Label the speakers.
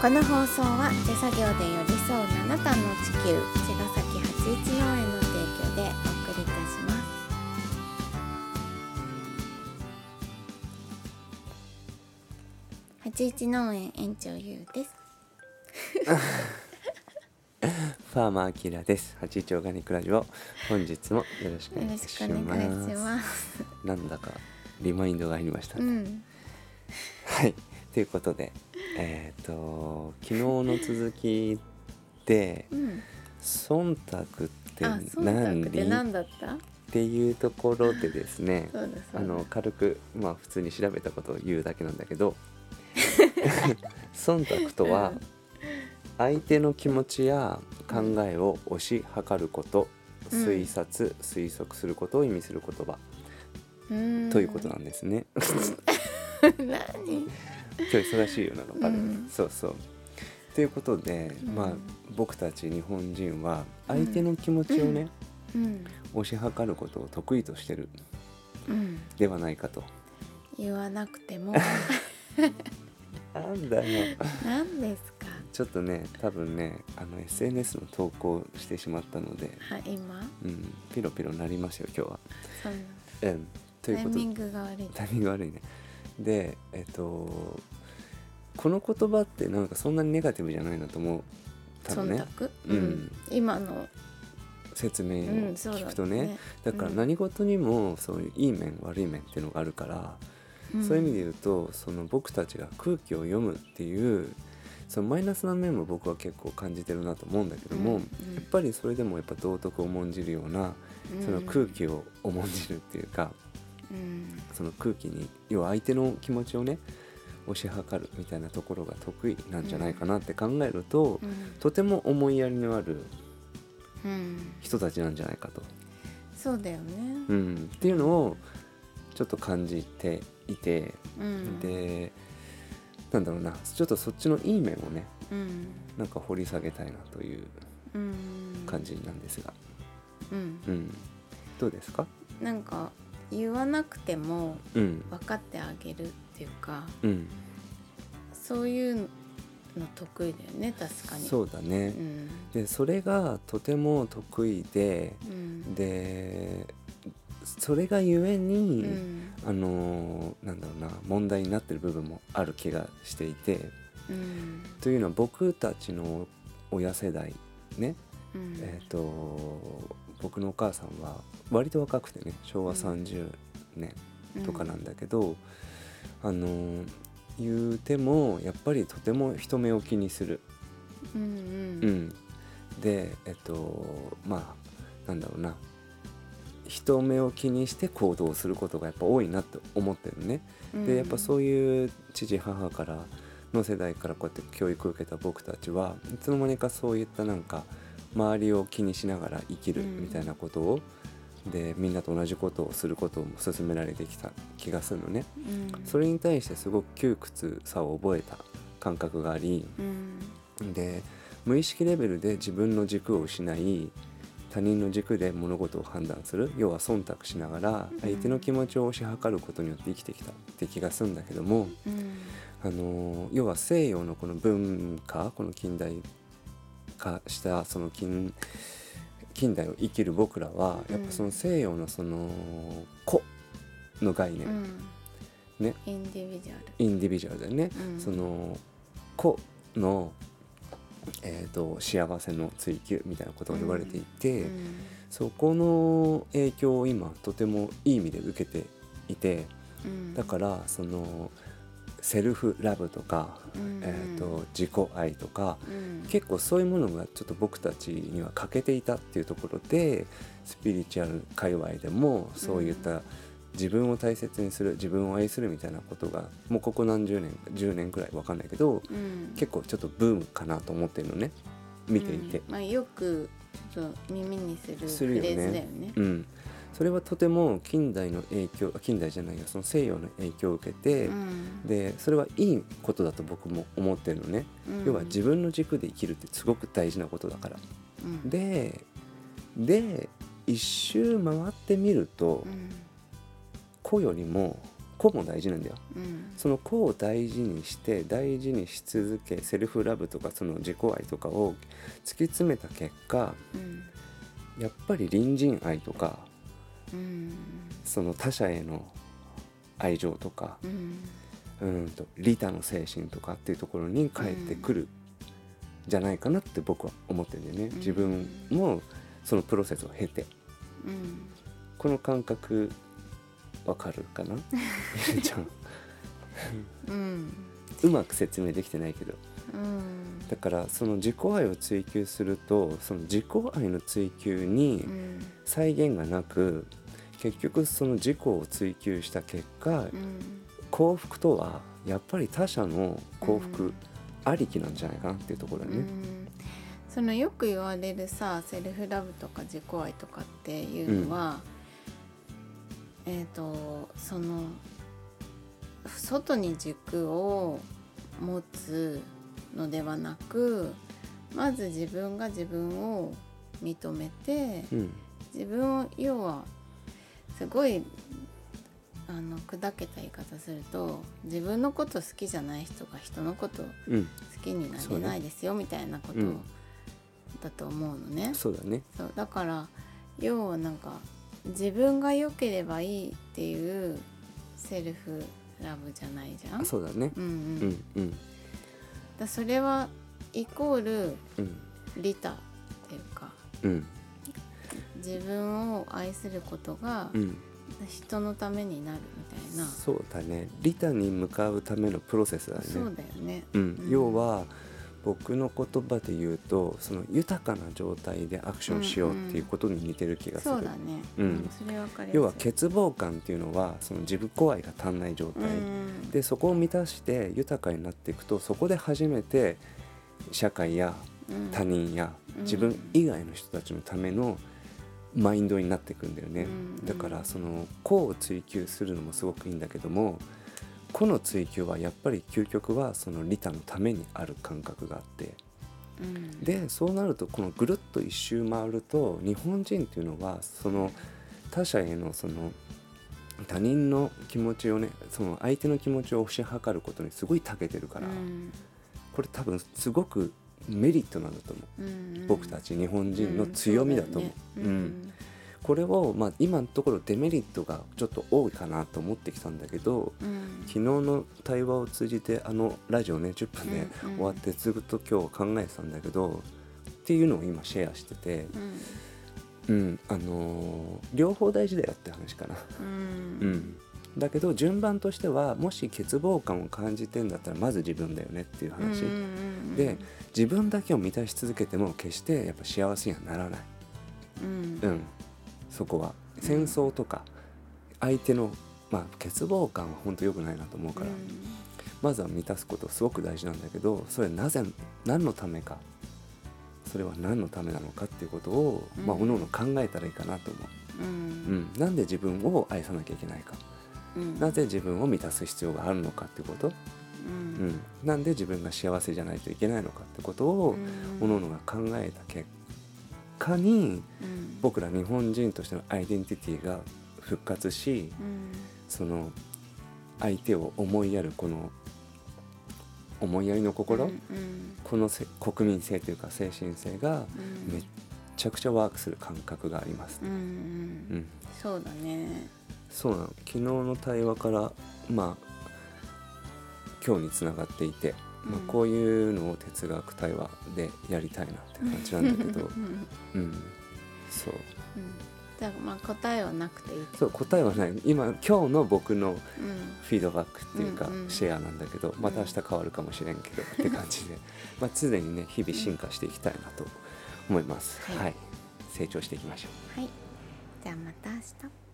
Speaker 1: この放送は手作業で寄り添う七段の地球茅ヶ崎八一農園の提供でお送りいたします八一農園園長ゆうです
Speaker 2: ファーマーアキラです。八一オーガニックラジオ。本日もよろしくお
Speaker 1: よ
Speaker 2: 願
Speaker 1: ろ
Speaker 2: い
Speaker 1: し
Speaker 2: し
Speaker 1: くお願
Speaker 2: ます。
Speaker 1: いします
Speaker 2: なんだかリマインドが入りました
Speaker 1: う
Speaker 2: ね。
Speaker 1: ん
Speaker 2: はい。ということで、えっ、と昨日の続きで
Speaker 1: うん
Speaker 2: 忖度って
Speaker 1: あ、
Speaker 2: 何
Speaker 1: 忖度って何だった
Speaker 2: っていうところでですね
Speaker 1: そうだそうだ
Speaker 2: あの軽くまあ普通に調べたことを言うだけなんだ けど忖度とは
Speaker 1: うん
Speaker 2: 相手の気持ちや考えを推し量ること、
Speaker 1: うん
Speaker 2: 推察推測することを意味する言葉
Speaker 1: うーん
Speaker 2: ということなんですね。
Speaker 1: 何
Speaker 2: 今日忙しいよなのかな、
Speaker 1: うん
Speaker 2: そうそう。ということで、
Speaker 1: うん
Speaker 2: まあ僕たち日本人は相手の気持ちをね、
Speaker 1: うん
Speaker 2: 推し量ることを得意としてる
Speaker 1: うん
Speaker 2: ではないかと。
Speaker 1: 言わなくて も
Speaker 2: なんだよ
Speaker 1: 何ですか
Speaker 2: ちょっとね多分ねあの SNS の投稿してしまったので、
Speaker 1: あ今
Speaker 2: うん、ピロピロなりますよ今日は。
Speaker 1: そんな
Speaker 2: うん、
Speaker 1: タ
Speaker 2: というこ
Speaker 1: イ
Speaker 2: とで
Speaker 1: ミングが悪い
Speaker 2: タイミング悪いね。でえっとこの言葉ってなんかそんなにネガティブじゃないなと思う多分ね
Speaker 1: 忖度、
Speaker 2: うん
Speaker 1: 今の、
Speaker 2: 説明
Speaker 1: う
Speaker 2: を
Speaker 1: ん、そう
Speaker 2: 聞
Speaker 1: だ
Speaker 2: くとね,、だから何事にもそういういい面悪い面っていうのがあるから、
Speaker 1: うん
Speaker 2: そういう意味で言うとその僕たちが空気を読むっていうそのマイナスな面も僕は結構感じてるなと思うんだけど
Speaker 1: う
Speaker 2: も、
Speaker 1: んうん
Speaker 2: やっぱりそれでもやっぱ道徳を重んじるようなその空、気を重んじるっていうか、
Speaker 1: うんうん
Speaker 2: その空気に要は相手の気持ちをね推し量るみたいなところが得意なんじゃないかなって考えると、
Speaker 1: うん
Speaker 2: とても思いやりのある
Speaker 1: うん
Speaker 2: 人たちなんじゃないかと、
Speaker 1: そうだよね
Speaker 2: う、ん、っていうのをちょっと感じていて、
Speaker 1: うん、、
Speaker 2: でなんだろうなちょっとそっちのいい面をね
Speaker 1: うん
Speaker 2: なんか掘り下げたいなという
Speaker 1: うん、
Speaker 2: 感、じなんですが、
Speaker 1: うん、
Speaker 2: うん、どうですか、
Speaker 1: なんか言わなくても
Speaker 2: うん
Speaker 1: 分かってあげるっていうか
Speaker 2: うん、
Speaker 1: そういうの得意だよね確かにう、
Speaker 2: そうだね、
Speaker 1: ん
Speaker 2: でそれがとても得意で
Speaker 1: うん
Speaker 2: でそれがゆえに、
Speaker 1: うん
Speaker 2: あのーなんだろうな問題になってる部分もある気がしていて
Speaker 1: うん
Speaker 2: というのは僕たちの親世代ね、
Speaker 1: うん
Speaker 2: えっ、と僕のお母さんは割と若くてね昭和30年とかなんだけど、あのー言うてもやっぱりとても人目を気にする
Speaker 1: うんう
Speaker 2: うんん、でえっとまあなんだろうな人目を気にして行動することがやっぱ多いなって思ってるね。
Speaker 1: うん
Speaker 2: でやっぱそういう父母からの世代からこうやって教育を受けた僕たちはいつの間にかそういったなんか周りを気にしながら生きる
Speaker 1: うん
Speaker 2: みたいなことを、でみんなと同じことをすることを勧められてきた気がするのね。
Speaker 1: うん
Speaker 2: それに対してすごく窮屈さを覚えた感覚があり、
Speaker 1: うん
Speaker 2: で無意識レベルで自分の軸を失い他人の軸で物事を判断する要は忖度しながら
Speaker 1: うん
Speaker 2: 相手の気持ちを推し量ることによって生きてきたって気がするんだけども、
Speaker 1: うん
Speaker 2: あのー要は西洋のこの文化この近代化したその近近代を生きる僕らはやっぱその西洋のその個の概念、
Speaker 1: うん
Speaker 2: ね
Speaker 1: インディビジュアル
Speaker 2: インディビジュアルだよね、
Speaker 1: うん
Speaker 2: その個の、えー、と幸せの追求みたいなことを言われていて、
Speaker 1: うん
Speaker 2: そこの影響を今とてもいい意味で受けていて
Speaker 1: うん
Speaker 2: だからそのセルフラブとか、
Speaker 1: うん
Speaker 2: えー、と自己愛とか
Speaker 1: うん
Speaker 2: 結構そういうものがちょっと僕たちには欠けていたっていうところでスピリチュアル界隈でもそういっ
Speaker 1: う
Speaker 2: た自分を大切にする自分を愛するみたいなことがもうここ何十年10年くらいわかんないけど
Speaker 1: うん
Speaker 2: 結構ちょっとブームかなと思ってるのね見ていて
Speaker 1: うん、まあよくちょっと耳にする
Speaker 2: す
Speaker 1: フ
Speaker 2: る
Speaker 1: レ
Speaker 2: よね
Speaker 1: ーズだよね
Speaker 2: うんそれはとても近代の影響あ近代じゃないよその西洋の影響を受けて、
Speaker 1: うん
Speaker 2: でそれはいいことだと僕も思ってるのね、
Speaker 1: うん
Speaker 2: 要は自分の軸で生きるってすごく大事なことだから。
Speaker 1: うん
Speaker 2: でで一周回ってみると
Speaker 1: うん
Speaker 2: 個よりも個も大事なんだよ
Speaker 1: うん
Speaker 2: その個を大事にして大事にし続けセルフラブとかその自己愛とかを突き詰めた結果
Speaker 1: うん
Speaker 2: やっぱり隣人愛とか
Speaker 1: うん
Speaker 2: その他者への愛情とか
Speaker 1: うん
Speaker 2: うんと利他の精神とかっていうところに返ってくるんじゃないかなって僕は思ってるんだよね、
Speaker 1: ん
Speaker 2: 自分もそのプロセスを経て
Speaker 1: うん
Speaker 2: この感覚わかる かなゆりちゃん
Speaker 1: うん
Speaker 2: うまく説明できてないけど
Speaker 1: うん
Speaker 2: だからその自己愛を追求するとその自己愛の追求に
Speaker 1: うん
Speaker 2: 再現がなく結局その自己を追求した結果
Speaker 1: うん
Speaker 2: 幸福とはやっぱり他者の幸
Speaker 1: う
Speaker 2: 福
Speaker 1: ん
Speaker 2: ありきなんじゃないかなっていうところだ
Speaker 1: う
Speaker 2: ね。
Speaker 1: んそのよく言われるさセルフラブとか自己愛とかっていうのは、えっ、とその外に軸を持つのではなくまず自分が自分を認めて
Speaker 2: うん
Speaker 1: 自分を要はすごいあの砕けた言い方すると自分のこと好きじゃない人が人のこと
Speaker 2: うん、
Speaker 1: 好きになれないですよみたいなこと
Speaker 2: うん
Speaker 1: だと思うのね、
Speaker 2: そうだね。
Speaker 1: そうだから要はなんか自分が良ければいいっていうセルフラブじゃないじゃん。
Speaker 2: そうだね。
Speaker 1: うんうん
Speaker 2: うんうん
Speaker 1: だそれはイコール
Speaker 2: うん
Speaker 1: 利他っていうか
Speaker 2: うん
Speaker 1: 自分を愛することが
Speaker 2: うん。
Speaker 1: 人のためになるみたいな、
Speaker 2: そうだね。リタに向かうためのプロセスだね。
Speaker 1: そうだよね。
Speaker 2: うん
Speaker 1: う、ん
Speaker 2: 要は僕の言葉で言うとその豊かな状態でアクションしようっていうことに似てる気がする、
Speaker 1: そうだね、
Speaker 2: うん
Speaker 1: それわかりやすい
Speaker 2: 要は欠乏感っていうのはその自己愛が足んない状
Speaker 1: うんう
Speaker 2: 態、
Speaker 1: ん
Speaker 2: でそこを満たして豊かになっていくとそこで初めて社会や
Speaker 1: うん
Speaker 2: 他人や
Speaker 1: うん
Speaker 2: 自分以外の人たちのためのマインドになっていくんだよね、
Speaker 1: うん
Speaker 2: だからその個を追求するのもすごくいいんだけども個の追求はやっぱり究極はその利他のためにある感覚があって
Speaker 1: うん
Speaker 2: でそうなるとこのぐるっと一周回ると日本人っていうのはその他者へのその他人の気持ちをねその相手の気持ちを推し量ることにすごい長けてるから、
Speaker 1: うん
Speaker 2: これ多分すごくメリットなんだと思う。
Speaker 1: うん
Speaker 2: 僕たち日本人の強みだと思
Speaker 1: う
Speaker 2: う。
Speaker 1: んそ
Speaker 2: う
Speaker 1: だよ
Speaker 2: ん
Speaker 1: ね
Speaker 2: これを、まあ、今のところデメリットがちょっと多いかなと思ってきたんだけど
Speaker 1: うん
Speaker 2: 昨日の対話を通じてあのラジオね10分で
Speaker 1: うんうん
Speaker 2: 終わってずっと今日考えてたんだけどっていうのを今シェアしてて、
Speaker 1: うん
Speaker 2: うんあのー両方大事だよって話かな。
Speaker 1: うん
Speaker 2: うんだけど順番としてはもし欠乏感を感じてんだったらまず自分だよねっていう話、
Speaker 1: うんうんうん
Speaker 2: で自分だけを満たし続けても決してやっぱ幸せにはならない。
Speaker 1: うん
Speaker 2: うん、そこは戦争とか相手の、まあ、欠乏感は本当良くないなと思うから、まずは満たすことすごく大事なんだけどそれなぜ何のためかそれは何のためなのかっていうことを、まあ、
Speaker 1: うん
Speaker 2: おのの考えたらいいかなと思
Speaker 1: う
Speaker 2: う、うんん、なんで自分を愛さなきゃいけないか
Speaker 1: うん
Speaker 2: なぜ自分を満たす必要があるのかってこと、
Speaker 1: う
Speaker 2: うんん、なんで自分が幸せじゃないといけないのかってことを、おのおのが考えた結果に
Speaker 1: うん
Speaker 2: 僕ら日本人としてのアイデンティティが復活し
Speaker 1: うん
Speaker 2: その相手を思いやるこの思いやりの心、
Speaker 1: うんうん
Speaker 2: このせ国民性というか精神性が
Speaker 1: うん
Speaker 2: めっちゃくちゃワークする感覚があります
Speaker 1: う、ん
Speaker 2: う
Speaker 1: うんんそうだね
Speaker 2: そうなの昨日の対話からまあ今日につながっていて、まあ
Speaker 1: うん、
Speaker 2: こういうのを哲学対話でやりたいなって感じなんだ けど
Speaker 1: う、んうん
Speaker 2: うん、そう
Speaker 1: じゃあまあ答えはなくていいって
Speaker 2: そう答えはない今今日の僕の
Speaker 1: うん
Speaker 2: フィードバックっていうか
Speaker 1: うんうん
Speaker 2: シェアなんだけど、また明日変わるかもしれんけどって感 じで、まあ、常にね日々進化していきたいなと思います、
Speaker 1: はい
Speaker 2: はい、成長していきましょう
Speaker 1: はいじゃあまた明日